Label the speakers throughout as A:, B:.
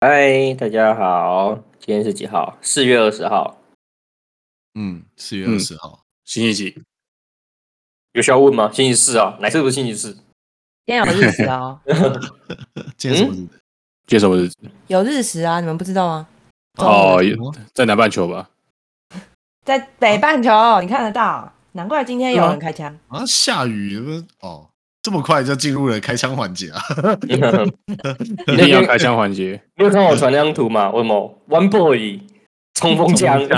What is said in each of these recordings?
A: 嗨，大家好，今天是几号？四月二十号，
B: 嗯，四月
A: 嗯
B: 二十号，
C: 星期几？
A: 有需要问吗？星期四啊，哪次不是星期 四？
D: 今天有日食 哦，
B: 今天什么日子？
C: 接什么日子？
D: 有日食啊，你们不知道吗？
C: 哦，也
B: 什么
C: 在南半球 吧？
D: 在北半球你看得到，难怪今天有人开枪。
A: 嗯
B: 好像啊下雨，不是哦，这么快就进入了开枪环节啊！
A: 你有
C: 一定要开枪环节。
A: 看我传那张图吗？我什么 One Boy 冲锋枪？
B: 哎、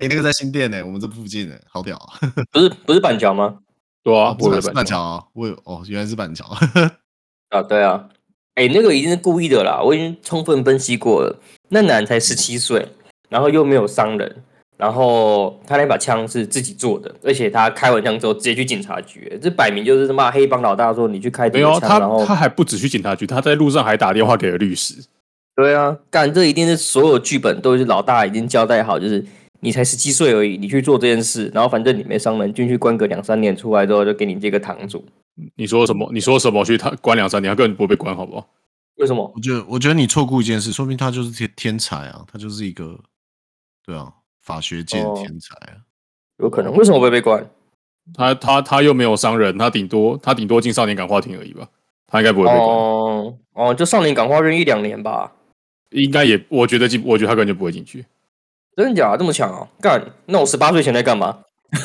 B: 那个在新店呢、我们这附近呢、好屌、啊！
A: 不是不是板桥吗？
C: 对
A: 哦
C: 啊，
B: 不
C: 我有
B: 是
C: 板
B: 板
C: 桥。
B: 桥、啊，我有哦，原来是板桥。
A: 啊，对啊，哎、那个一定是故意的啦，我已经充分分析过了。那男才十七岁，然后又没有伤人，然后他那把枪是自己做的，而且他开完枪之后直接去警察局，欸这摆明就是他妈黑帮老大说你去开
C: 没
A: 这
C: 有啊
A: 个
C: 哦他
A: 枪，然，后
C: 他还不止去警察局，他在路上还打电话给了律师。
A: 对啊，干这一定是所有剧本都是老大已经交代好，就是你才十七岁而已，你去做这件事，然后反正你没伤人，进去关个两三年，出来之后就给你这个堂主。
C: 你说什么？你说什么？去他关两三年，他根本不会被关，好不好？
A: 为什么？
B: 我觉得，我觉得你错过一件事，说明他就是天天才啊，他就是一个，对啊，法学界的
A: 哦
B: 天才啊。
A: 有可能？为什么会被关？
C: 他他他又没有伤人，他顶多他顶多进少年感化庭而已吧。他应该不会被关，
A: 哦哦，就少年感化院一两年吧。
C: 应该也我觉得进，我觉得他根本就不会进去。
A: 真的假的？这么强哦！干，那我十八岁前在干嘛？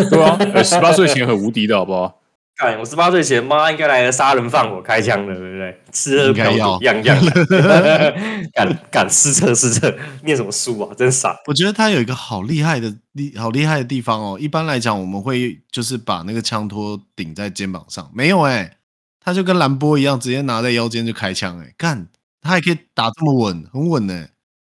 C: 对啊，十八岁前很无敌的好不好？
A: 干，我十八岁前妈应该来个杀人放火开枪的，对不对？吃喝嫖
B: 应
A: 赌
B: 该
A: 样样 来。干干失策失策，念什么书啊？真傻。
B: 我觉得他有一个好厉害的厉好厉害的地方哦。一般来讲，我们会就是把那个枪托顶在肩膀上，没有哎、他就跟兰波一样，直接拿在腰间就开枪哎、干，他还可以打这么稳，很稳呢、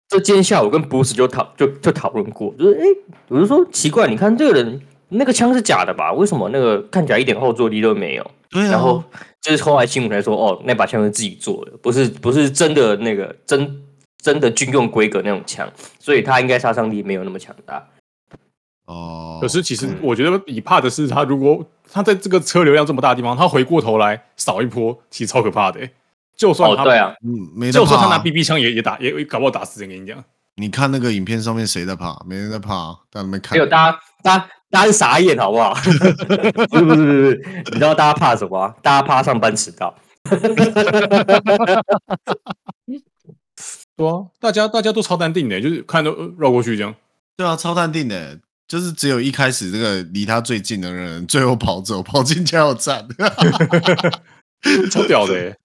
A: 这今天下午跟 Bruce 就讨就就讨论过，就是哎、诶我就说奇怪，你看这个人那个枪是假的吧？为什么那个看起来一点后坐力都没有？
B: 对啊，
A: 然后就是后来新闻才说，哦，那把枪是自己做的，不是不是真的那个真真的军用规格那种枪，所以他应该杀伤力没有那么强大。
B: 哦，
C: 可是其
A: 嗯
C: 实我觉得你怕的是他，如果他在这个车流量这么大的地方，他回过头来扫一波，其实超可怕的、欸。就算
A: 哦，
C: 他、
A: 对啊，
B: 嗯没得
C: 就算
B: 怕
C: 他
B: 啊、
C: 拿 BB 枪也也打，也也搞不好打死人。跟你讲，
B: 你看那个影片上面谁在怕？没人在怕、啊，大家没看。
A: 没有大家大家大家是傻眼好 不好？不是不是不是不是，你知道大家怕什么啊、大家怕上班迟到。
C: 对啊，大家大家都超淡定的、就是看都呃绕过去这样。
B: 对啊，超淡定的、就是只有一开始这个离他最近的人，最后跑走，跑进加油站。
C: 超屌的、欸，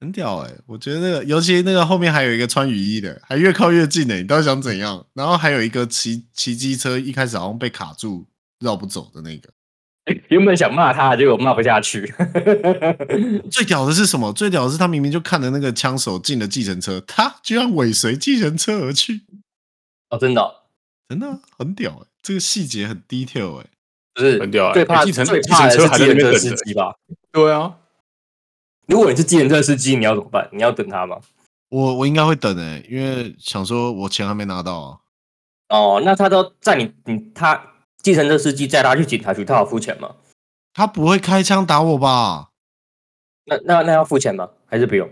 B: 很屌哎、我觉得那个，尤其那个后面还有一个穿雨衣的，还越靠越近呢、欸你到底想怎样？然后还有一个骑骑机车，一开始好像被卡住绕不走的那个。
A: 原本想骂他，结果骂不下去。
B: 最屌的是什么？最屌的是他明明就看着那个枪手进了计程车，他居然尾随计程车而去，
A: 哦，真的哦、
B: 真的啊、很屌哎、这个细节很 detail 哎、
A: 不是
C: 很屌欸
A: 最怕
C: 计程
A: 最怕的
C: 计
A: 是
C: 程车还在那边
A: 计
C: 等
A: 程车司
C: 着
A: 机吧？
C: 对啊，
A: 如果你是计程车司机，你要怎么办？你要等他吗？
B: 我我应该会等哎、因为想说我钱还没拿到啊。
A: 哦，那他都在你你他计程车司机载他去警察局，他要付钱吗？
B: 他不会开枪打我吧？
A: 那那那要付钱吗？还是不用？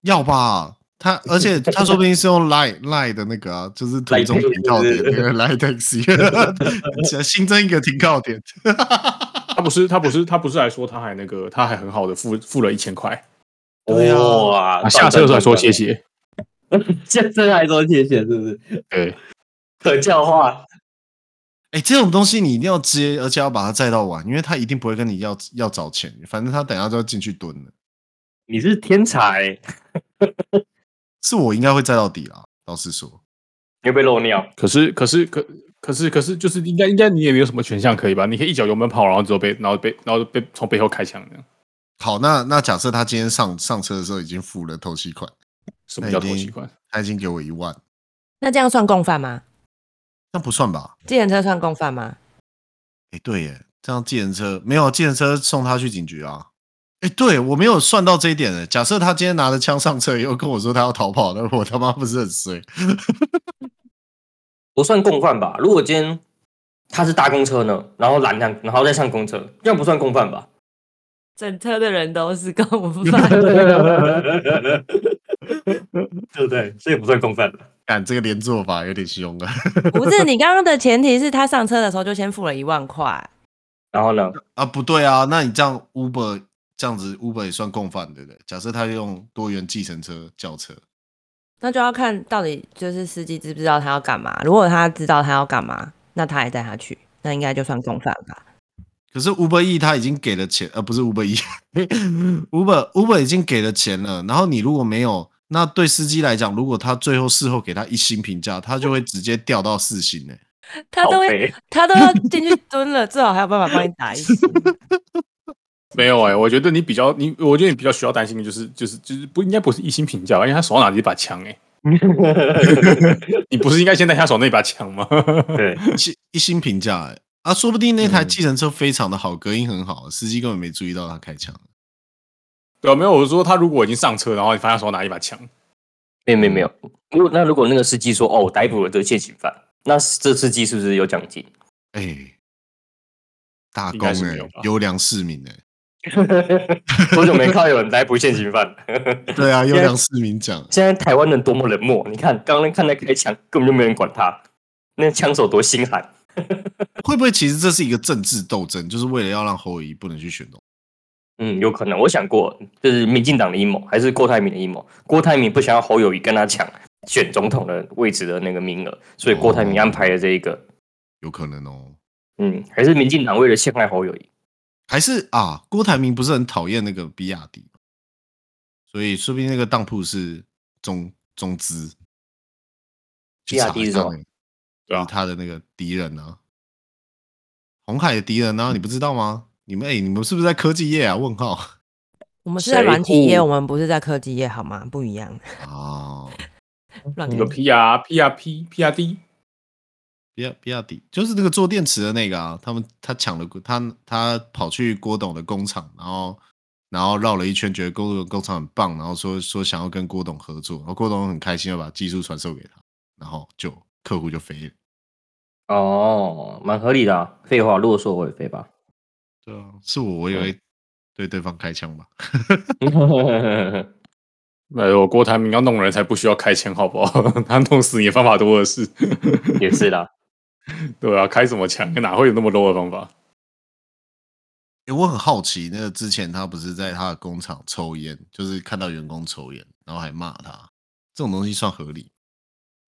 B: 要吧？他而且他说不定是用 Line Line 的那个啊，就是途
A: Line
B: 中
A: Pay
B: 停靠点
A: 是不
B: 那
A: 是
B: 个 Line Taxi，想 新增一个停靠点。
C: 他不是他不是他不是还说他还那个他还很好的付付了一千块，
B: 对啊
A: 哇
C: 啊下车的时候还说谢，谢，
A: 下车还说谢谢，是不是？
C: 对，
A: 可教化，
B: 哎、这种东西你一定要接，而且要把它载到完，因为他一定不会跟你要要找钱，反正他等下就要进去蹲了。
A: 你是天才，
B: 是我应该会载到底啦，老实说。
A: 你会被漏尿。
C: 可是可是可可是可是就是应该应该你也没有什么选项可以吧？你可以一脚油门跑，然后之后被然后被然后被从背后开枪这样。
B: 好，那那假设他今天上上车的时候已经付了头期款，
C: 什么叫偷袭款？
B: 他已经给我一万，
D: 那这样算共犯吗？
B: 那不算吧？
D: 计程车算共犯吗？
B: 哎、对耶，这样计程车没有计程车送他去警局啊？哎、对我没有算到这一点呢。假设他今天拿着枪上车，又跟我说他要逃跑，那我他妈不是很衰？
A: 不算共犯吧？如果今天他是搭公车呢，然后拦他，然后再上公车，这样不算共犯吧？
D: 整车的人都是共犯，
A: 对不对？这也不算共犯吧？
B: 干这个连坐法有点凶啊！
D: 不是你刚刚的前提是他上车的时候就先付了一万块，
A: 然后呢？
B: 啊，不对啊，那你这样 Uber 这样子 Uber 也算共犯对不对？假设他用多元计程车叫车，
D: 那就要看到底就是司机知不知道他要干嘛。如果他知道他要干嘛，那他还带他去，那应该就算共犯吧。
B: 可是 Uber E 他已经给了钱，呃，不是 Uber E，Uber Uber 已经给了钱了，然后你如果没有，那对司机来讲，如果他最后事后给他一星评价，他就会直接掉到四星呢、
D: 他都
A: 好
D: 会，
A: 肥
D: 他都要进去蹲了，至 少还有办法帮你打一星。
C: 没有哎、我觉得你比较你，我觉得你比较需要担心的就是就是就是不应该不是一星评价吧，因为他手上拿着一把枪哎、你不是应该先带他手那把枪吗？
A: 对，
B: 一星一星评价、欸，啊，说不定那台
C: 嗯
B: 计程车非常的好，隔音很好，司机根本没注意到他开枪。
C: 对啊，没有我说他如果已经上车，然后你发现他手上拿一把枪，
A: 没有没有没有。如果那如果那个司机说哦，我逮捕了这个现行犯，那这司机是不是有奖金？
B: 哎、大
C: 应
B: 功
C: 该是
B: 哎、
C: 没有吧
B: 优良市民哎、
A: 多久没看到有人逮捕现行犯？
B: 对啊，优
A: 应该
B: 良市民奖，
A: 现在台湾人多么冷漠，你看刚刚看他开枪，根本就没人管他，那枪手多心寒。
B: 会不会其实这是一个政治斗争，就是为了要让侯友谊不能去选总统？
A: 嗯，有可能，我想过，这是民进党的阴谋，还是郭台铭的阴谋？郭台铭不想要侯友谊跟他抢选总统的位置的那个名额，所以郭台铭安排了这一个。
B: 有可能哦。
A: 嗯，还是民进党为了陷害侯友谊。
B: 还是啊，郭台铭不是很讨厌那个比亚迪吗，所以说不定那个当铺是中中资。
A: 比
B: 去
A: 亚
B: 查
A: 迪
B: 一
A: 是
B: 下
A: 什么
B: 那个
C: 对啊
B: 就是他的那个敌人啊，红海的敌人
A: 嗯
B: 啊，你不知道吗？你们哎、你们是不是在科技业啊？问 号
D: 我们是在
A: 谁
D: 软体业，
A: 雇
D: 我们不是在科技业，好吗？不一样，
B: 哦，
D: 乱
C: 嗯你
D: 给
C: 个 P R P R P P R D，
B: 比亚比亚迪就是那个做电池的那个啊，他们他抢了他他跑去郭董的工厂，然后然后绕了一圈，觉得郭董的工厂很棒，然后说说想要跟郭董合作，然后郭董很开心要把技术传授给他，然后就客户就飞了。
A: 哦，蛮合理的、啊。废话，如果说我也飞吧。
B: 对啊，是我我也会对对方开枪吧？
C: 哎呦，郭台铭要弄人才不需要开枪好不好？ 他弄死你的方法多的是，
A: 也是 啦，
C: 对啊，开什么枪？哪会有那么 low 的方法？
B: 诶我很好奇，那个之前他不是在他的工厂抽烟，就是看到员工抽烟，然后还骂他，这种东西算合理？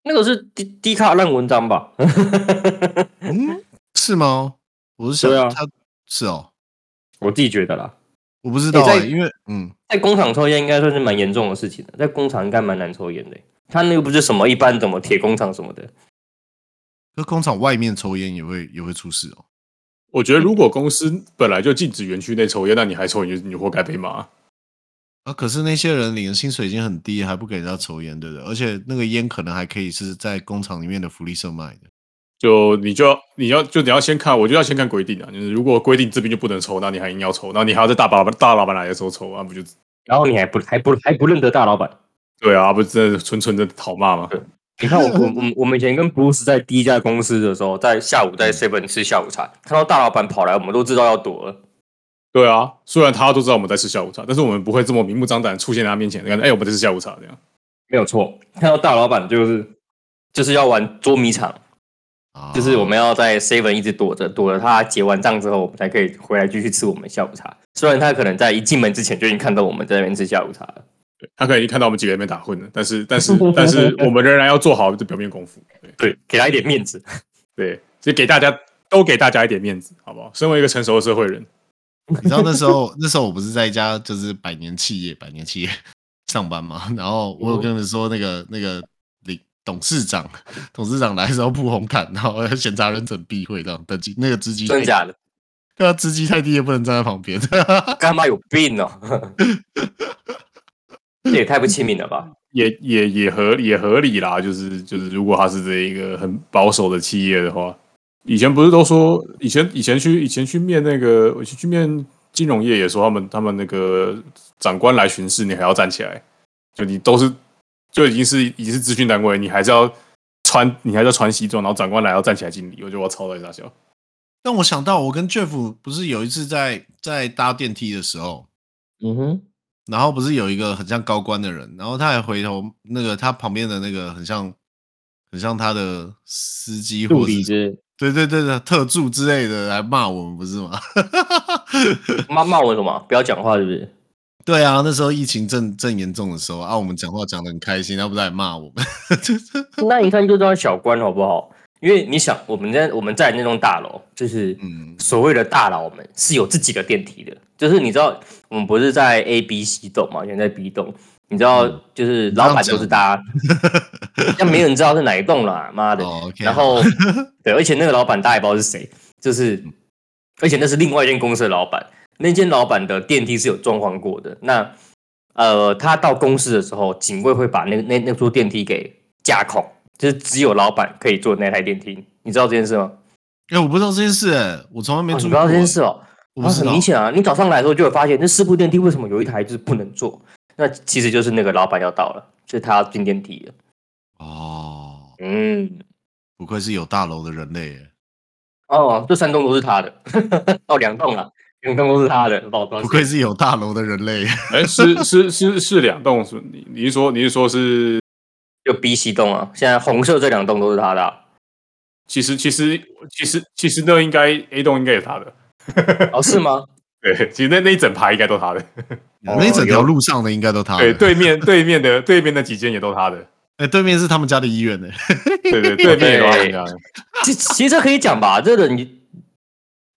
A: 那个是低低卡烂文章吧？
B: 嗯，是吗？我是想、
A: 对啊
B: 他是哦，
A: 我自己觉得啦。
B: 我不知道、
A: 在
B: 欸，因为嗯。
A: 在工厂抽烟应该算是蛮严重的事情的，在工厂应该蛮难抽烟的。欸他那又不是什么一般怎么铁工厂什么的，
B: 可工厂外面抽烟也会也会出事哦。
C: 我觉得如果公司本来就禁止园区内抽烟，那你还抽，你就你活该被骂。
B: 啊，可是那些人领的薪水已经很低，还不给人家抽烟，对不对？而且那个烟可能还可以是在工厂里面的福利社卖的。
C: 就你就要你要就你要先看，我就要先看规定啊。就是如果规定这边就不能抽，那你还硬要抽，那你还要在大老板大老板来的时候抽啊，不就
A: 然后你还不还不还不认得大老板。
C: 对啊？不是真的纯纯的讨骂吗？
A: 你 看我我我我们以前跟 Bruce 在第一家公司的时候，在下午在 Seven 吃下午茶，看到大老板跑来，我们都知道要躲了。
C: 对啊，虽然他都知道我们在吃下午茶，但是我们不会这么明目张胆地出现在他面前，感觉哎、我们在吃下午茶这样。
A: 没有错，看到大老板就是就是要玩捉迷藏，
B: 啊，
A: 就是我们要在 Seven 一直躲着，躲着他结完账之后，我们才可以回来继续吃我们下午茶。虽然他可能在一进门之前就已经看到我们在那边吃下午茶了。
C: 他可能已经看到我们几个人在那边打混了，但是但是但是我们仍然要做好这表面功夫。对
A: 对，给他一点面子。
C: 对，所以给大家都给大家一点面子，好不好？身为一个成熟的社会人，
B: 你知道那时候那时候我不是在一家就是百年企业百年企业 上班嘛，然后
A: 哦
B: 我有跟他们说那个那个领董事长董事长来的时候铺红毯，然后要检查人整避讳这样登记，那个资金
A: 真的假的？
B: 对啊，资金太低也不能站在旁边。
A: 干妈有病 哦，这也太不亲民了吧？
C: 也也也合也合理啦，就是就是，如果他是这一个很保守的企业的话，以前不是都说，以前以前去以前去面那个，我去去面金融业也说他们他们那个长官来巡视，你还要站起来，就你都是就已经是已经是资讯单位，你还是要穿你还是要穿西装，然后长官来要站起来敬礼，我觉得我操到大笑，
B: 但我想到，我跟 Jeff 不是有一次在在搭电梯的时候，
A: 嗯哼，
B: 然后不是有一个很像高官的人，然后他还回头那个他旁边的那个很像很像他的司机或
A: 助
B: 者
A: 理之
B: 对对对对特助之类的来骂我们不是吗？
A: 骂骂我什么？不要讲话是不是？
B: 对啊，那时候疫情正正严重的时候啊，我们讲话讲得很开心，他不是来骂我 们？
A: 那一看就知道小官好不好？因为你想，我们在我们在那栋大楼，就是
B: 嗯
A: 所谓的大佬们是有自己的电梯的，就是你知道，我们不是在 A、B、C 栋嘛，原来在 B 栋，你知道，就是老板都是大家，但没有人知道是哪一栋 啦，妈的！
B: 哦，OK，
A: 然 后对，而且那个老板大家也不知道是谁，就是，
B: 嗯
A: 而且那是另外一间公司的老板，那间老板的电梯是有装潢过的。那呃，他到公司的时候，警卫会把那那那座电梯给架空，就是只有老板可以坐那台电梯。你知道这件事吗？
B: 哎、我不知道这件事、哎，我从来没
A: 哦你不
B: 注
A: 知
B: 意过、
A: 道这件事哦，
B: 我
A: 啊
B: 不知
A: 很
B: 道。
A: 明显啊，你早上来的时候就会发现，这四部电梯为什么有一台就是不能坐？那其实就是那个老板要到了，就是他要进电梯了。
B: 哦，
A: 嗯，
B: 不愧是有大楼的人类、哎
A: 哦，这三栋都是他的， 哦，两栋啊，两栋都是他的，不
B: 不愧是有大楼的人类。
C: 哎、是是是是两栋，是你你是说你是说是
A: 就 B、C 栋啊，现在红色这两栋都是他的啊、
C: 其实其实其实其实那应该 A 栋应该也是他的，
A: 哦，是吗？
C: 对，其实那那一整排应该都是他的。
A: 哦
B: 那一整条路上的应该都
A: 啊
B: 他的。
C: 对，对面对面的对面的几间也都他的，
B: 哎、对面是他们家的医院呢、哎
C: 对对，对面也都他们家的。
A: 其其实这可以讲吧，这个你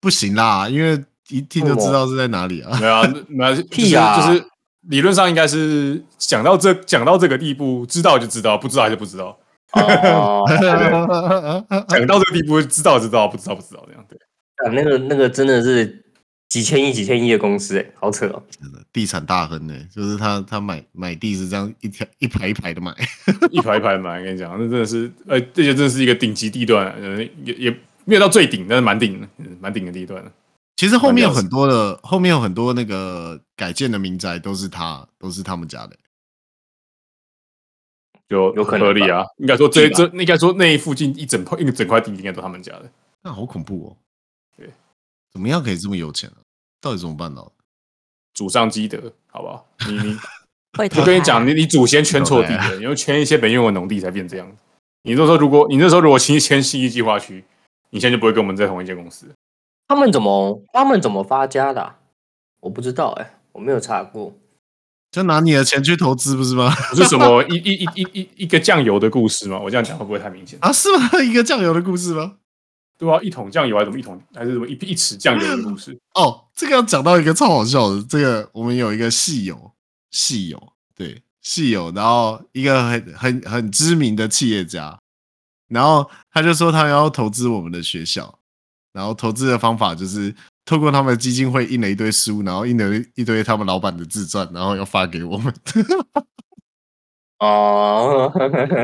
B: 不行啦，因为一听就知道是在哪里啊。
C: 没有啊，没有啊，
A: 屁啊
C: 就是就是理论上应该是讲到这讲到这个地步，知道就知道，不知道还是不知道。
A: 哦，啊
C: 讲到这个地步，知道知道，不知道不知道这样。对，
A: 干那个那个真的是几千亿、几千亿的公司哎、好扯哦。
B: 真的地产大亨呢、欸 就是他他买买地是这样一条一排一排的买。
C: 一排一排买，跟你讲，那真的是，呃，这些真的是一个顶级地段，呃，也也没有到最顶，但是蛮顶的，嗯蛮顶的地段了。
B: 其实后面有很多的，后面有很多那个改建的民宅都是他都是他们家的、
C: 就
A: 有可能吧
C: 合理啊，应该说这
A: 地吧
C: 这应该说那一附近一整块一整块地应该都他们家的。
B: 那好恐怖哦。
C: 对，
B: 怎么样可以这么有钱啊？到底怎么办到的？
C: 祖上积德，好不好？你你
D: 会投
C: 我跟你
D: 胎
C: 讲，你你祖先圈错地
B: 投胎
C: 了，你又圈一些没用的农地才变这样。你那时候如果你那时候如果迁迁西一计划区，你现在就不会跟我们在同一间公司。
A: 他们怎么他们怎么发家的啊、我不知道哎、我没有查过。
B: 就拿你的钱去投资不是吗？
C: 不是什 么一一一一一一个酱油的故事吗？我这样讲会不会太明显？
B: 啊，是吗？一个酱油的故事吗？
C: 对啊，一桶酱油还是什么一桶还是什么一一匙酱油的故 事？
B: 哦，这个要讲到一个超好笑的，这个我们有一个戏友，戏友对戏友，然后一个很很很知名的企业家，然后他就说他要投资我们的学校，然后投资的方法就是透过他们的基金会印了一堆书，然后印了一堆他们老板的自传，然后要发给我们。
A: 哦，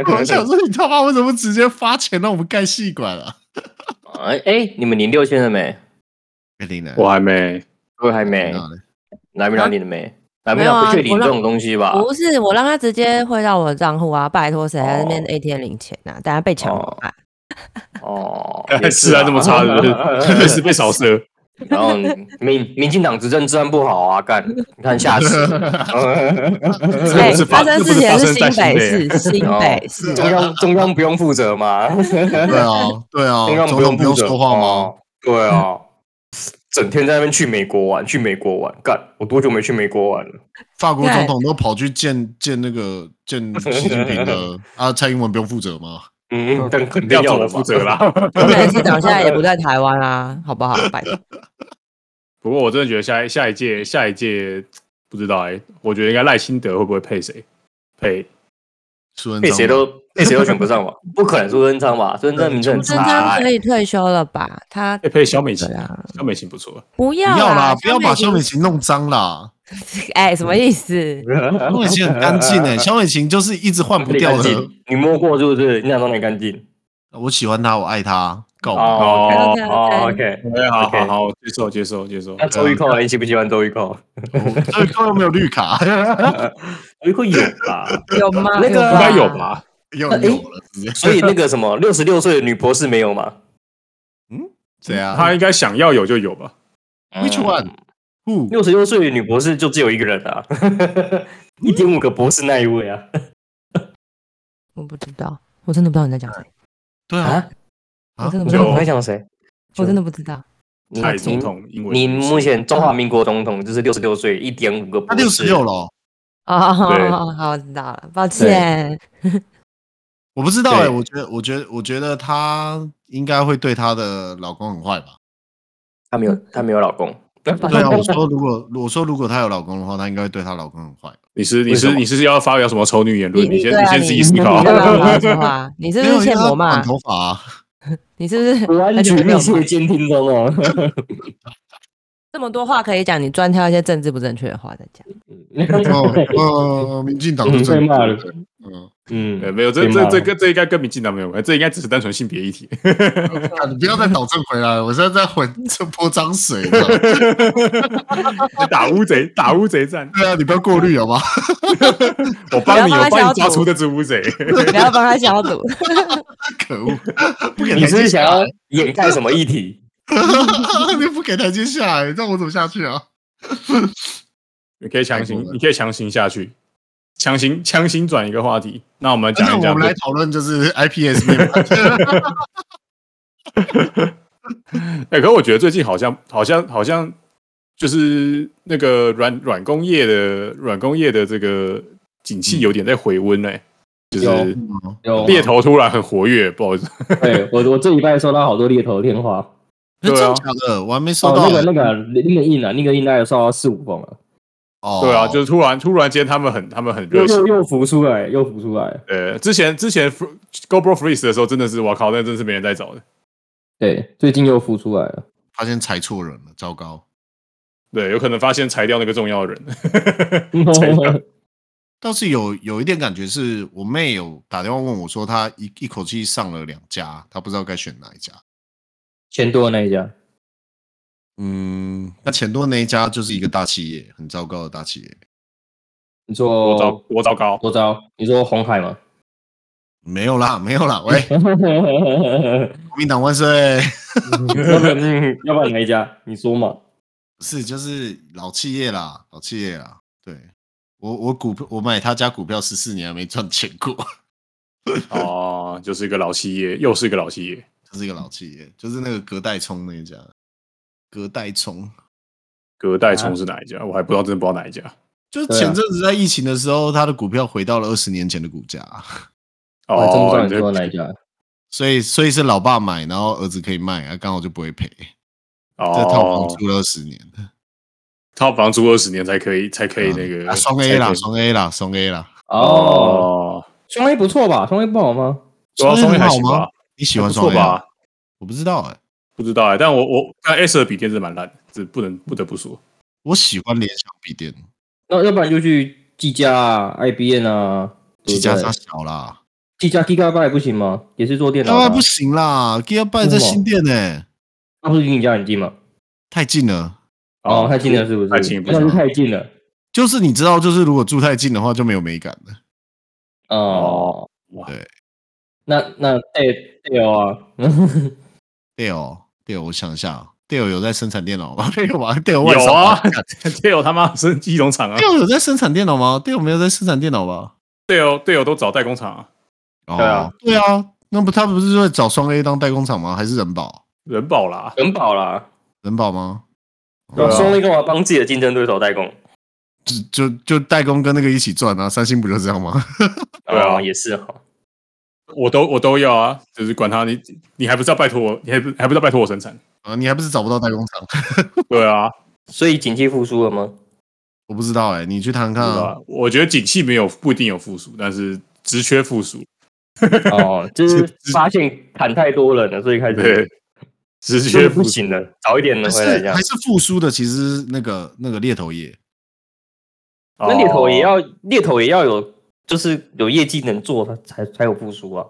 B: 我想说你他妈为什么直接发钱让我们盖戏馆啊？
A: 哎哎，你们领六千了没？
B: 肯定的，
C: 我还 没，，
A: 各位还没，来没
D: 啊
A: 来领了没？来没
D: 没有
A: 来
D: 啊
A: 不去领
D: 我
A: 这
D: 让
A: 种东西吧？
D: 不是我让他直接汇到我的账户啊，拜托谁还在那边
A: 哦
D: ATM 领钱啊？等下被抢怎么办？
A: 哦 也
C: 吃
B: 啊
C: 还这么差是不
A: 啊
C: 是？ 确实被扫射。
A: 然后民民进党执政治安不好啊，干，你看吓死 人。
C: 这
D: 哎
C: 个是，发
D: 发生
C: 这不
D: 事
C: 是发生
D: 情的是
C: 在
D: 新
C: 新北，
D: 北
C: 啊
D: 市，新北市。
A: 中央中央不用负责吗？
B: 对啊，对啊，
A: 中央
B: 总统
A: 用
B: 不
A: 负
B: 用
A: 责
B: 说话吗？
A: 哦对啊，整天在那边去美国玩，去美国玩，干，我多久没去美国玩了？
B: 法国总统都跑去见见那个见习近平了啊，蔡英文不用负责吗？
A: 嗯，但肯定
C: 要
A: 要
C: 我
A: 了
C: 负
A: 吧？
C: 责 啦。
D: 我们市长现在也不在台湾啦，好不好？拜 托。
C: 不过我真的觉得下一下一届下一届欸不知道哎、我觉得应该赖清德会不会配谁？配
B: 苏文
A: 配谁都那谁又选不上吧？不可能苏贞昌吧？苏贞昌名声很
D: 真
A: 差、
D: 章可
A: 欸。
D: 以退休了吧？他
C: 哎，配小美琴
D: 对，啊，
C: 小美琴不错，
D: 不
B: 不
D: 要
B: 要啦，不要把
D: 萧
B: 萧美琴弄脏啦。
D: 哎，什么意思？
B: 萧美琴很干 净哎，萧美琴就是一直换不掉
A: 哪里
B: 的
A: 啊干。净，你摸过是不是？你想说哪里干净？
B: 我喜欢她，我爱她，告白
A: 哦
D: 哦
A: 哦
D: ，OK，OK，OK
A: ，OK。
C: 哎，好
A: OK
C: 好好，接受接受接受
A: 那。周玉蔻，你喜不喜欢周玉蔻？
B: 所以刚刚没有绿卡，
A: 周玉蔻有吧？
D: 有吗？
A: 那个
C: 应该有？吧？
B: 有
A: 哎
B: 有了，直 接
A: 所以那个什么，六十六岁的女博士没有吗哎
B: 怎样
A: 啊
C: 他应该想要有就有吧？
B: ？Which
A: 嗯
B: one？Who？
A: 六十六岁的女博士就只有一个人 啊，一点五个博士那一位啊
D: 我不知道，我真的不知道你在讲谁，
B: 对啊
A: 啊！！
B: 啊
D: 我真的不知
A: 你
D: 道，
C: 就
A: 在讲谁？
D: 我真的不知道。
A: 你
C: 蔡总统英文
A: 你目前中华民国总统就是六十六岁，一点五个
B: 他
A: 博士。
B: 六十六了哦，
D: 哦，好
C: 对
D: 好好，我知道了，抱歉。
B: 我不知道哎，
A: 对
B: 我觉得，我觉得，我觉得她应该会对她的老公很坏吧？
A: 她没有，她没有老公。
B: 对啊，我说如果我说如果她有老公的话，她应该会对她老公很坏。
C: 你是你
A: 为什
C: 是
A: 么
C: 你是要发表什么丑女言论？你先
D: 对啊
C: 先自己思
D: 你
C: 考
D: 你。干嘛乱说话？你是不
B: 没有
D: 是欠
B: 因为她
D: 我骂
B: 短？头发啊，
D: 你是不是
A: 我
D: 在
A: 完
D: 举
A: 全
D: 例
A: 密切监听中 哦。
D: 这么多话可以讲，你专挑一些政治不正确的话在讲？
B: 哦，呃，民进党是
A: 嗯被骂了
B: 嗯，
C: 呃，
A: 嗯，
C: 没有，这
A: 被骂
C: 这
A: 了
C: 这跟这应该跟民进党没有关，这应该只是单纯性别议题。
B: 干哎你不要再导正回来了，我现在在混这泼脏水。你知道吗
C: 打乌贼，打乌贼战，
B: 对啊，你不要过滤好吗？
C: 我帮
D: 不
C: 你，我帮
D: 要帮他消
C: 你抓
D: 毒
C: 出那只乌贼。
D: 不要帮他消 毒。
B: 可恶，不给
A: 你
B: 台
A: 是
B: 阶
A: 想
B: 下
A: 要
B: 来，
A: 掩盖什么议题？
B: 你不给台阶下来，让我怎么下去啊？
C: 你可以强
B: 太
C: 行
B: 过，分
C: 你可以强行下去，强行强行转一个话题。那我们
B: 那
C: 讲一
B: 我
C: 讲
B: 们来讨论就是 IPS 面板，
C: 哎、可我觉得最近好像好像好像就是那个软软工业的软工业的这个景气有点在回温嘞、就是
A: 嗯 有
C: 猎头突然很活跃，不好意思，
A: 对我，我这礼拜收到好多猎头的电话。
B: 真
C: 对啊
B: 的假的？我还没收
A: 哦，
B: 到
A: 那个那个那个印啊，那个印大概收到四五封了，
B: 哦
C: 对啊，就是突然突然间他们很他们很热
A: 又
C: 情
A: 又。又浮出来，又浮出来。
C: 呃，之前之前 Fr- GoPro Freeze 的时候，真的是我靠，那真是没人在找的。
A: 对，最近又浮出来了。
B: 发现裁错人了，糟糕！
C: 对，有可能发现裁掉那个重要的人，裁掉
B: 倒是有有一点感觉，是我妹有打电话问我说，她一一口气上了两家，她不知道该选哪一家。
A: 钱多的那一家，
B: 嗯，那钱多那一家就是一个大企业，很糟糕的大企业。
A: 你
C: 多糟
A: 说
C: 多糟 糕。
A: 多招？你说红海 吗？
B: 没 有啦，没有啦，喂，
A: 嗯
B: 国民党万岁！
A: 要不然哪一家？你说嘛？
B: 不是，就是老企业啦，老企业啦。对我，我股我买他家股票十四年还没赚钱过，
C: 哦，就是一个老企业，又是一个老企业。
B: 就是一个老企业，就是那个隔代冲那一家，隔代冲。
C: 隔代
A: 啊
C: 冲是哪一家？我还不知道，真的不知道哪一家。
B: 就是
A: 对啊
B: 前阵子在疫情的时候，他的股票回到了二十年前的股价，
A: 我还真不知道
C: 哦，
A: 你
C: 你
A: 说
C: 这
A: 哪一家。
B: 所以所以是老爸买，然后儿子可以卖，啊，刚好就不会赔。这套
C: 哦
B: 房，租了二十年，
C: 套房租二十年才可以，才可以那个
B: 啊双 A 啦，
C: 才可以
B: 双 A 啦，双 A 啦。
A: 哦，
C: 哦，
A: 双 A 不错吧？双 A 不好吗？
C: 主要
B: 双
C: 双 A
B: A 很
C: 还
B: 好
C: 行
B: 吗
C: 吧，
B: 你喜欢
C: 不
B: 双
C: 错
B: A
C: 吧
B: 啊？？我不知道哎、
C: 不知道哎、但我我但 S 的笔电是蛮烂的，这不能不得不说。
B: 我喜欢联想笔电，
A: 那要不然就去技嘉啊、IBM 啊。
B: 技嘉它
A: 对不对
B: 小啦，
A: 技嘉 Gigabyte 不行吗？也是做电脑
B: 当
A: 的啊。
B: 然不行啦，Gigabyte 在新店呢、
A: 那不是离你家很近吗？
B: 太近了。
C: 啊
A: 哦，太近了，是不是？
C: 太近不
A: 那
C: 行
A: 是太近了。
B: 就是你知道，就是如果住太近的话就没有美感了。
A: 哦，
B: 对，
A: 那那对对哦啊，
B: Dell Dell，我想一下，Dell 有在生产电脑吗？ 没有吧？Dell 外
C: 有
B: 商
C: 啊
B: 吧
C: 队友他妈是机种厂啊，
B: ，Dell 有在生产电脑吗？Dell 没有在生产电脑吧？
C: 队友队友都找代工厂啊，
B: 哦
A: 对啊，
B: 对啊，那不他不是在找双 A 当代工厂吗？还是人保？
C: 人保啦，
A: 很饱啦。
B: 人保吗？
C: 对啊
A: 双 A 干嘛帮自己的竞争对手代工？
B: 就就就代工跟那个一起赚啊，三星不就这样吗？
C: 对啊
A: 哦也是哈。
C: 我都我都要啊，就是管他你你还不是要拜托我，你还不还不是要拜托我生产？
B: 啊，你还不是找不到代工厂？
C: 对啊，
A: 所以景气复苏 了吗？
B: 我不知道哎、你去谈看
C: 对
B: 啊
C: 吧。？我觉得景气没有不一定有复苏，但是职缺复苏，
A: 哦，就是发现砍太多人了，所以开
C: 对
A: 始，
C: 直
A: 觉
C: 接
A: 得不行了，早一点
B: 还
A: 的回来这
B: 是
A: 样
B: 还。是复苏的，其实是那个那个猎头业，
C: 哦
A: 那猎头也要猎头也要有，就是有业绩能做，它才才有复苏啊。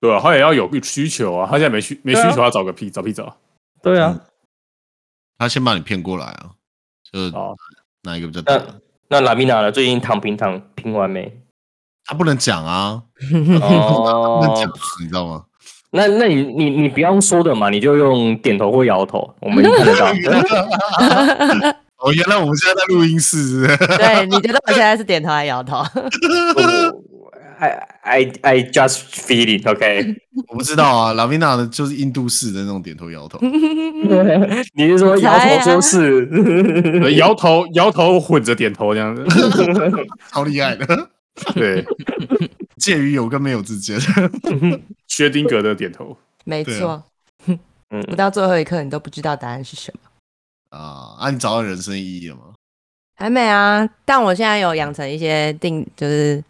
C: 对啊，他也要有需求啊，他现在没需没需
A: 对啊
C: 求，他找个屁找屁找
A: 对啊，
B: 他先把你骗过来啊，就
C: 啊，
B: 哪一个比较大？
A: 那那拉米娜呢？最近躺平躺平完没？
B: 他不能讲啊，不能
A: 哦
B: 讲，啊，你知道吗？
A: 那那你你你不要说的嘛，你就用点头或摇头，我 们看得 到。
B: 哦，原来我们现在在录音室是不是
D: 对，你觉得我现在是点头还摇头？
A: I I I just feeling OK 。
B: 我不知道啊，拉维娜的就是印度式的那种点头摇头，
D: 嗯
A: 你是说摇
D: 啊
A: 头说是？
C: 呃摇头摇头混着点头这样子，
B: 超厉害的，
C: 对，
B: 介于有跟没有之间。
C: 薛丁格的点头，
D: 没
B: 对啊
D: 错，
A: 嗯
D: 不到最后一刻你都不知道答案是什么。
B: 啊啊！你找到人生意义了吗？
D: 还没啊，但我现在有养成一些定，就是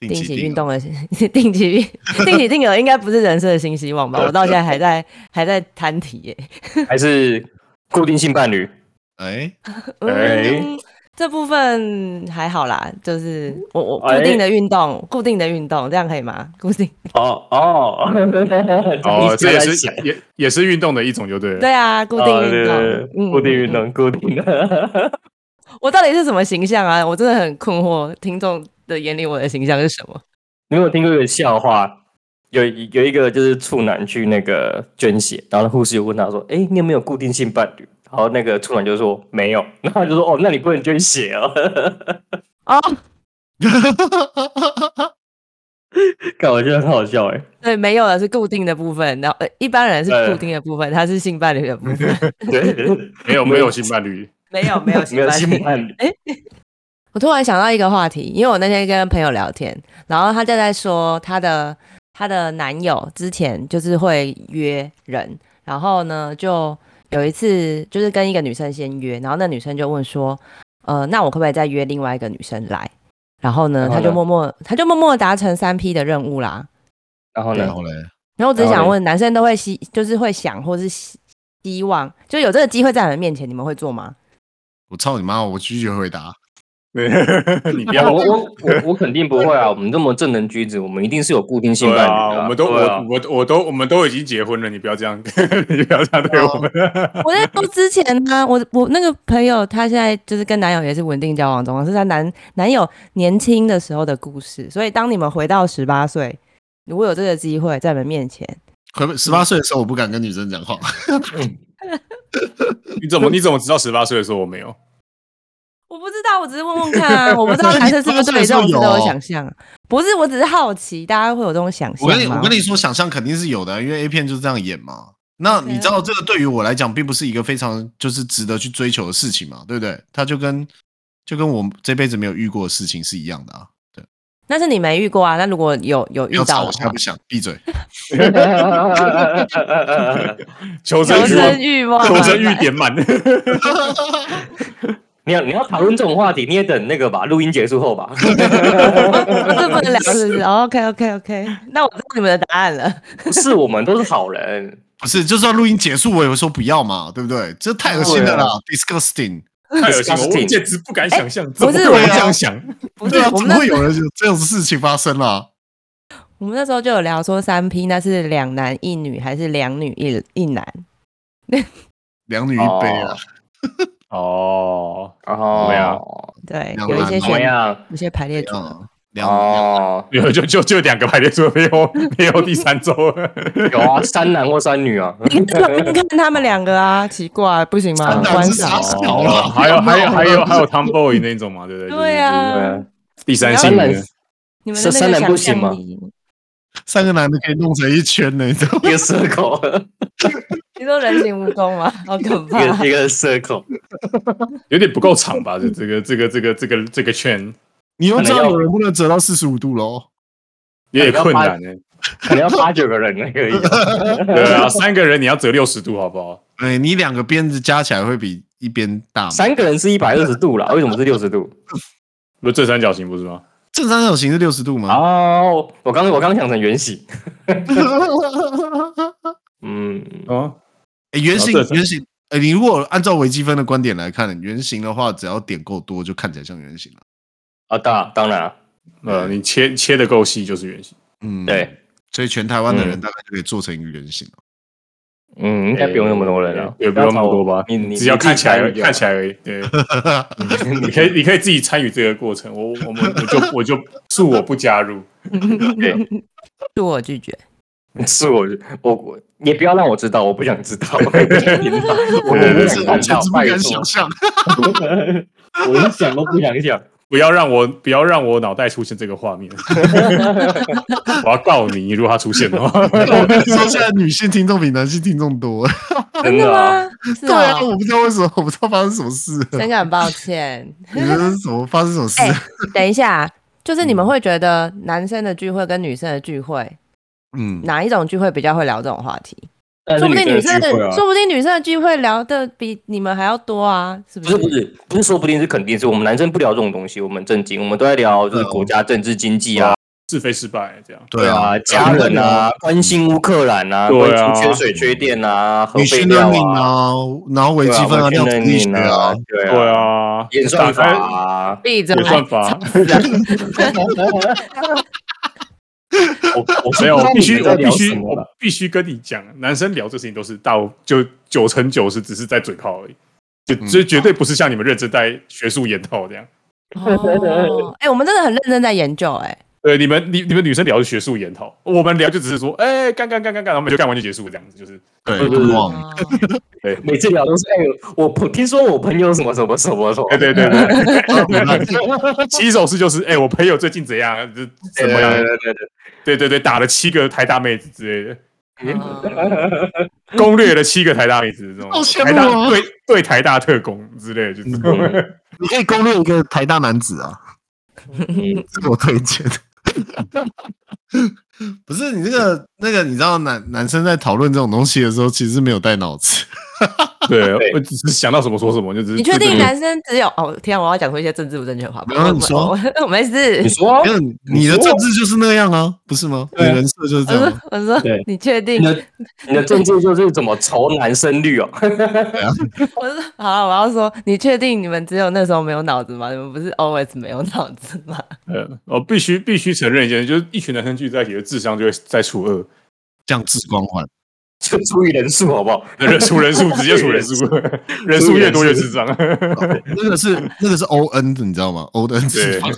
B: 定
D: 定
B: 期
D: 期
B: 定
D: 运
B: 额
D: 动的 定期 运定期定额，应该不是人生的新希望吧？我到现在还在还在摊题耶。
A: 还是固定性伴侣？
B: 哎，
C: 哎
D: 嗯，这部分还好啦，就是我我固
A: 哎
D: 定的运动，固定的运动，这样可以吗？固定
A: 哦 哦
C: 哦，这也
A: 你在
C: 是
A: 想
C: 也也是运动的一种，就对了。
D: 对啊，固定
A: 哦
D: 运
A: 对
D: 动，
A: 对对
D: 嗯
A: 固定运。
D: 嗯
A: 动，固定的。
D: 嗯我到底是什么形象啊？我真的很困惑，听众的眼里我的形象是什么？
A: 你有没有听过一个笑话？有有一个就是处男去那个捐血，然后护士就问他说：“哎，你有没有固定性伴侣？”然后那个处男就说：“没有。” 然后他就说：“哦，那你不能捐血哦。
D: 哦，
A: 看，我觉得很好笑哎、
D: 对，没有的是固定的部分，然后、呃、一般人是
A: 对
D: 固定的部分，他是性伴侣的部 分，
A: 对，
C: 没有没有性伴侣，
D: 没有没有 性
A: 没有
D: 伴
A: 性
D: 侣。
A: 伴侣。
D: 我突然想到一个话题，因为我那天跟朋友聊天，然后她就在说她的她的男友之前就是会约人，然后呢就有一次就是跟一个女生先约，然后那女生就问说，呃，那我可不可以再约另外一个女生来？然后呢，
A: 然后
D: 他
A: 呢
D: 就默默他就默默达成三 P 的任务啦。
A: 然后
B: 然
A: 呢？
B: 后嘞，
D: 然后我只是
A: 然后
D: 想
A: 嘞
D: 问，男生都会希就是会想或是希希望，就有这个机会在你们面前，你们会做吗？
B: 我操你妈！我拒绝回答。
C: 你 不要啊
A: 我我我我肯定不会啊！我们这么正人君子，我们一定是有固定性
C: 对
A: 伴侣的
C: 啊，
A: 啊、
C: 我们都
A: 对啊
C: 我我我都我们都已经结婚了，你不要这样， 你不要这样对我们。
D: 我在说之前呢、我我那个朋友，她现在就是跟男友也是稳定交往中，是在男男友年轻的时候的故事。所以，当你们回到十八岁，如果有这个机会在你们面前，
B: 回十八岁的时候，我不敢跟女生讲话。
C: 你怎么你怎么知道十八岁的时候我没有？
D: 我不知道，我只是问问看啊，我不知道男生是不是对这种事都有想象啊？不是，我只是好奇，大家会有这种想象
B: 我跟你
D: 吗
B: 我跟你说，想象肯定是有的，啊因为 A 片就是这样演嘛。那你知道
D: 啊
B: 这个对于我来讲，并不是一个非常就是值得去追求的事情嘛，对不对？它就跟就跟我这辈子没有遇过的事情是一样的啊。对，
D: 那是你没遇过啊。那如果有有
B: 不
D: 遇
B: 要
D: 到啊
B: 吵，
D: 的
B: 我现在
D: 话
B: 不，想闭嘴。
C: 求生
D: 求
C: 欲望
D: 生，欲望，啊
C: 求生欲点满。
A: 你要你要讨论这种话题，你也等那个吧，录音结束后吧。
D: 这不能聊，是不是？OK OK OK，那我知道你们的答案了。
A: 不是我们都是好人，
B: 不是，就算录音结束，我也会说不要嘛，对不对？这太恶心了啦
D: 啊
A: 对
B: ，disgusting。
C: 太恶心了，我
A: Disgusting
C: 简直不敢想象，怎
D: 不
C: 么
D: 是
C: 会有人
D: 我
C: 这样想？
D: 不是
B: 对啊，，
D: 我
B: 怎
D: 们
B: 么
D: 那
B: 会有人有这种事情发生啊啦？
D: 我们那时候就有聊说三 P 那是两男一女还是两女一一男？
B: 两女一杯啊
A: 哦！
C: 哦，
A: 然后
C: 对啊
D: 对，
B: 两
D: 有一
B: 男
D: 些
B: 一
A: 怎么
D: 选
A: 样？
D: 有些排列组合。
B: 嗯，两
A: 哦，
C: 没 有就就就两个排列组，没有没有第三周了。
A: 有啊，三男或三女啊。
D: 你看看他们两个啊，奇怪，不行吗？
B: 三
D: 观
B: 男是
D: 赏
B: 傻
D: 啊。
B: 小 了，
C: 哦还有还有还有还有 Tomboy 那种嘛，对不对？
D: 对
C: 呀，
D: 啊，
C: 第三
D: 三
C: 性
A: 男
C: 的
D: 你们的
A: 三
D: 那个
A: 男不
D: 想
A: 行吗
D: 象力，
B: 三个男的可以弄成一圈呢，你知道吗？
A: 一个 circle，
D: 你说人形蜈蚣吗？哦好可
A: 一个
B: 啊
D: 怕！
A: 一个 circle，
C: 有点不够长吧？这这个这个这个这个这个圈
B: 你又
A: 可
B: 知道
A: 能要
B: 有人不能折到四十五度喽？
C: 有点困难呢。
A: 可能要八九个人那个有。
C: 对啊，三个人你要折六十度，好不好？
B: 哎，你两个鞭子加起来会比一边大吗？
A: 三个人是一百二十度啦，为什么是六十度？
C: 不是正三角形不是吗？
B: 正三角形是六十度吗？
A: 哦，我刚我刚想成圆形，嗯，
C: 啊，
B: 哎，圆形
C: 然后正三
B: 圆形，哎，你如果按照微积分的观点来看，圆形的话，只要点够多，就看起来像圆形了。
A: 啊，当然当然啊，
C: 呃，你切切的够细就是圆形。
B: 嗯，
A: 对，
B: 所以全台湾的人
A: 嗯
B: 大概就可以做成一个圆形了。
A: 嗯，应该不用那么多人了，
C: 也不用那么多吧
A: 你你
C: 只要看起来而已看起
A: 来，
C: 来而已。 对，你可以你可以自己参与这个过程，我我们我就我就恕我不加入。
A: 对
D: 恕我拒绝。
A: 是我我我也不要让我知道，我不想知道，我不想听到，我
C: 对对
A: 不
B: 我
C: 对
B: 是
A: 想
B: 完
A: 看
B: 全
A: 到
B: 是，不
A: 拜
B: 敢
A: 托，
B: 想象。
A: 我一想都不想想，
C: 不要让我不要让我脑袋出现这个画面， 我要告你，如果它出现的话。
B: 我跟你说，现在女性听众比男性听众多。
A: 真的啊，
D: 吗？是
B: 对啊，
D: 哦，
B: 我不知道为什么，我不知道发生什么事 了。
D: 真的很抱 歉。
B: 你们是什么发生什么事？
D: 哎等一下，就是你们会觉得男生的聚会跟女生的聚会，
B: 嗯，
D: 哪一种聚会比较会聊这种话题？
A: 但是
D: 说不定女生
A: 生的
D: 的
A: 聚会啊，
D: 说不定女生的聚会聊的比你们还要多啊，是不
A: 不是不
D: 是？
A: 是不是，说不定是肯定是我们男生不聊这种东西，我们正经，我们都在聊就是国家政治经济啊，
C: 是非失败这样。
B: 对啊，
A: 啊，家人啊，关心乌克兰啊，
C: 对啊
A: 关心缺水缺电啊，核
B: 女
A: 废
B: 性
A: 料
B: 认领
A: 啊，
B: 啊，然后微积分
A: 对
B: 啊，量
A: 啊
B: 子力学啊，，
A: 对
C: 对，啊，
A: 演算法啊，
D: 闭嘴
C: 打开，！也算法。
A: 我我
C: 没有，我必须，我必
A: 我
C: 须，
A: 们在聊什么
C: 我
A: 了
C: 必须跟你讲，男生聊这事情都是大就九成九是只是在嘴炮而已，就这、绝对不是像你们认真在学术研讨这样。
D: 哦， 哎、我们真的很认真在研究、哎，
C: 对，你们你你们女生聊是学术研讨，我们聊就只是说，哎、干干干干干，然后我们就干完就结束这样子，就是
B: 对，
A: 对对
B: 很
A: 对
B: 网
D: 哦
A: 每次聊都是哎，我朋听说我朋友什么什么什么什么，
C: 对对对对。起手式就是，哎、我朋友最近怎样，这
A: 对
C: 怎么样？
A: 对对对
C: 对对对，打了七个台大妹子之类的。
D: 哦
C: 攻略了七个台大妹子，这种
B: 好羡慕
C: 台大
B: 哦
C: 对对台大特工之类的，就是这种
A: 嗯
B: 你可以攻略一个台大男子啊，
A: 嗯
B: 这是我推荐的。 不是你这个那个，你知道男男生在讨论这种东西的时候，其实是没有带脑子。
C: 对，
A: 对
C: 我只是想到什么说什么，就只是
D: 你确
C: 就
D: 定
C: 是
D: 男生只有哦？天、啊，我要讲出一些政治不正确的话。
B: 没有你说
D: 我， 我没事
A: 你。
C: 哦
A: 说啊
B: 没有，你的政治就是那样啊，不是吗？你
A: 对啊
B: 的人设就是
D: 我
B: 这样
C: 嗯
D: 说
B: 啊。，
D: 我说
A: 对，
D: 你确定
A: 你？的你的政治就是怎么仇男生绿哦，
D: 我说好了，我要说，你确定你们只有那时候没有脑子吗？你们不是 always 没有脑子吗？
C: 呃，我必须必须承认一件事，就是一群男生聚在一起的智商就会在除二，
B: 降智光环，
A: 就除以人数好不好？
C: 人除人数直接除人数，人数越多越智障。
B: 那个是那个是 O N 的，你知道吗？O N
C: 对
B: 智商，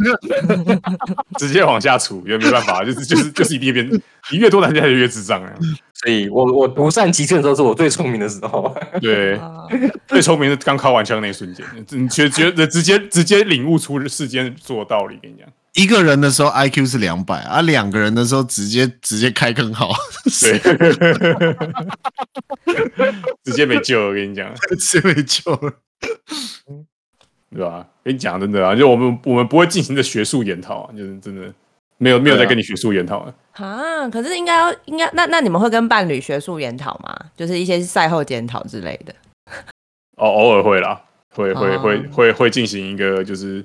C: 直接往下除，也没办法，就是就是就是一定变，你越多男生就越智障啊。
A: 所以我我独善其身的时候是我最聪明的时候，啊
C: 对，
D: 哦
C: 最聪明是刚靠完枪那一瞬间，你觉觉得直接直接领悟出世间所有道理，跟你讲，
B: 一个人的时候 I Q 是两百啊，两个人的时候直接直接开更 好，
C: 对，直接没救了，跟你讲。
B: 谁没救了？
C: 对吧、跟你讲真的啊，就我们我们不会进行的学术研讨啊，就是真的没有没有在跟你学术研讨了、
D: 啊，可是应该要应该那那你们会跟伴侣学术研讨吗？就是一些赛后检讨之类的。啊
C: 哦，偶尔会啦，会会
D: 哦
C: 会会会进行一个就是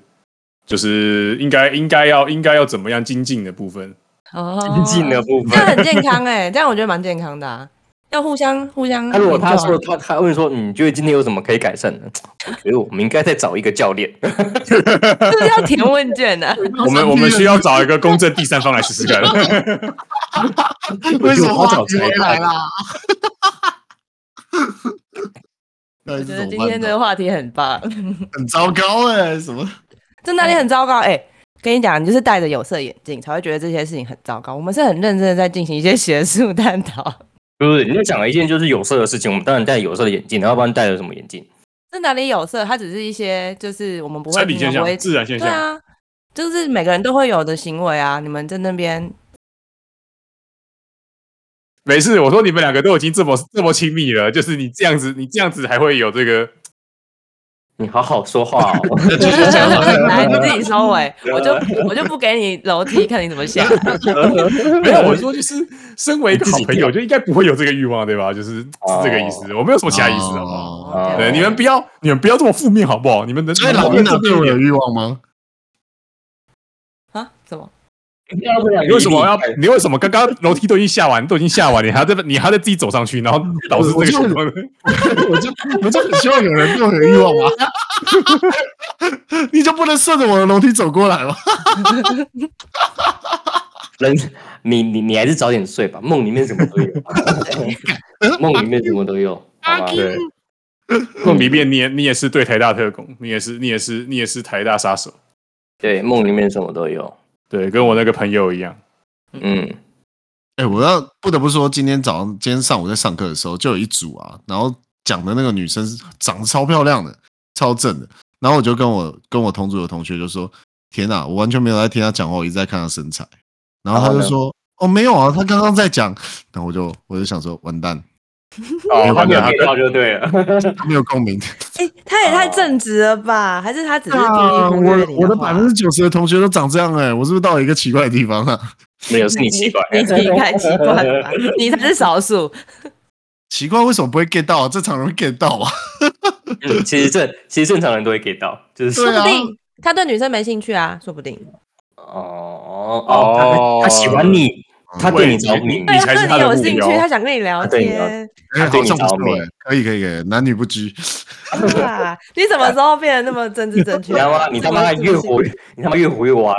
C: 就是应该应该要应该要怎么样精进的部分，
D: 哦，
A: 经济的部 分
D: 这。样很健康哎、这样我觉得蛮健康的啊。要互相互相。
A: 他如果他
D: 互助
A: 说
D: 啊
A: 他他会说，嗯你觉得今天有什么可以改善的？我觉得我们应该再找一个教练。
D: 就是要填问卷的、啊，
C: 我们我们需要找一个公正第三方来试试 看。
B: 为什么
A: 我
B: 话
A: 找
B: 题
A: 谁
B: 没来 啦？那
D: 我
B: 是
D: 觉
B: 怎
D: 得
B: 么
D: 今
B: 办
D: 天这个
B: 呢
D: 话题很棒，
B: 很糟糕哎、什么？
D: 真的你很糟糕哎、跟你讲，你就是戴着有色眼镜才会觉得这些事情很糟糕。我们是很认真的在进行一些学术探讨，
A: 不是，你在讲了一件就是有色的事情，我们当然戴有色的眼镜，要不然戴了什么眼镜？
D: 这哪里有色？它只是一些就是我们不会
C: 生理现
D: 平常
C: 象，
D: 不会
C: 自然现
D: 对
C: 象，
D: 啊，就是每个人都会有的行为啊。你们在那 边
C: 没事。我说你们两个都已经这么这么亲密了，就是你这样子，你这样子还会有这个
A: 你好好说话哦。
D: 来你自己收 尾，
C: 啊
D: 我就我就不给你楼梯，看你怎么想。
C: 没有，我说就是，身为一个好朋友，就应该不会有这个欲望，对吧？就是是这个意思。我没有什么其他意思， 好不好？
D: 哦
C: 对，你们不要，你们不要这么负面，好不好？你们能
B: 所以老
C: 能
B: 鹰
C: 认
B: 脑
C: 真
B: 对
C: 一
B: 我有
C: 点
B: 欲望吗？
D: 啊？什么？
C: 你为什么要？你为什么刚刚楼梯都已经下完，都已经下完，你还在你还在自己走上去， 然后导致这个
B: 我就
C: 情况？
B: 我就我就很希望有人对我有欲望吧。 你就不能顺着我的楼梯走过来吗？
A: 人？你你你还是早点睡吧，梦里面什么都有，梦里面什么都有，好吧？
C: 对， 梦里面你也你也是对台大特工，你也是你也是你也是台大杀手，
A: 对，梦里面什么都有，
C: 对，跟我那个朋友 一样。
A: 嗯，
B: 哎、我要不得不说，今天早上今天上午在上课的时候，就有一组啊，然后讲的那个女生是长得超漂亮的，超正的，然后我就跟我跟我同组的同学就说：“天哪、我完全没有在听她讲话，我一直在看她身材。”然后他就
A: 然后
B: 说：“哦，没有啊，她刚刚在讲。”然后我就我就想说，完蛋，
A: 哦，他
C: 他没
A: 没有
C: 有
A: 变到就对了。
B: 她没有共 鸣。
D: 哎、他也太正直了吧？还是他只是故 意忽略
B: 啊我
D: 你
B: 我的
D: 话
B: 百分之九十的同学都长这样哎、我是不是到了一个奇怪的地方啊？
A: 没有，是你奇怪。
D: 你自己太奇怪了吧？你才是少数。
B: 奇怪，为什么不会 get 到、啊？这场容易 get 到啊？
A: 嗯，其实正其实正常人都会 get 到，就是
D: 说
B: 对
D: 不
B: 啊
D: 定他对女生没兴趣啊，说不定。
A: 哦
C: 哦
A: 哦，嗯他他喜欢你，他对你着迷，
D: 对
C: 你才
D: 啊，
C: 是
D: 对
C: 他的
D: 你有
C: 目
D: 兴趣，
C: 标
D: 他想跟你聊
A: 他对你
D: 天。
B: 哎、
A: 啊对
B: 好
A: 你
B: 像不
A: 着
B: 错
A: 迷
B: 哎、可以可以可以，男女不拘。
D: 哇，你什么时候变得那么政治正
A: 你
D: 确？
A: 知道吗？你他妈越 活越，你他妈越活越歪。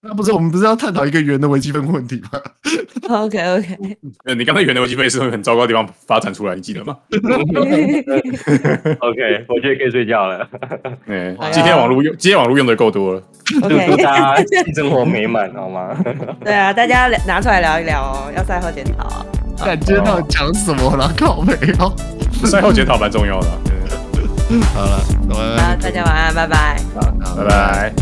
B: 那不是我们不是要探讨一个圆的微积分问题吗？
D: OK OK，
C: 呃，你刚才原来微积分是从很糟糕的地方发展出来，你记得吗？
A: OK，我觉得可以睡觉了，
C: 嗯
D: 哎呀，
C: 今天网络用今天网络用的够多了，
A: 祝
D: OK，
A: 大家性生活美满，好吗？
D: 对啊，大家聊拿出来聊一聊哦，要赛后检讨哦。
B: 感觉到底讲什么了？靠背哦。
C: 赛后检讨蛮重要的啊。嗯
B: 好了，晚
D: 好，
B: 安，
D: 大家晚安，拜拜。
B: 好
C: 拜拜。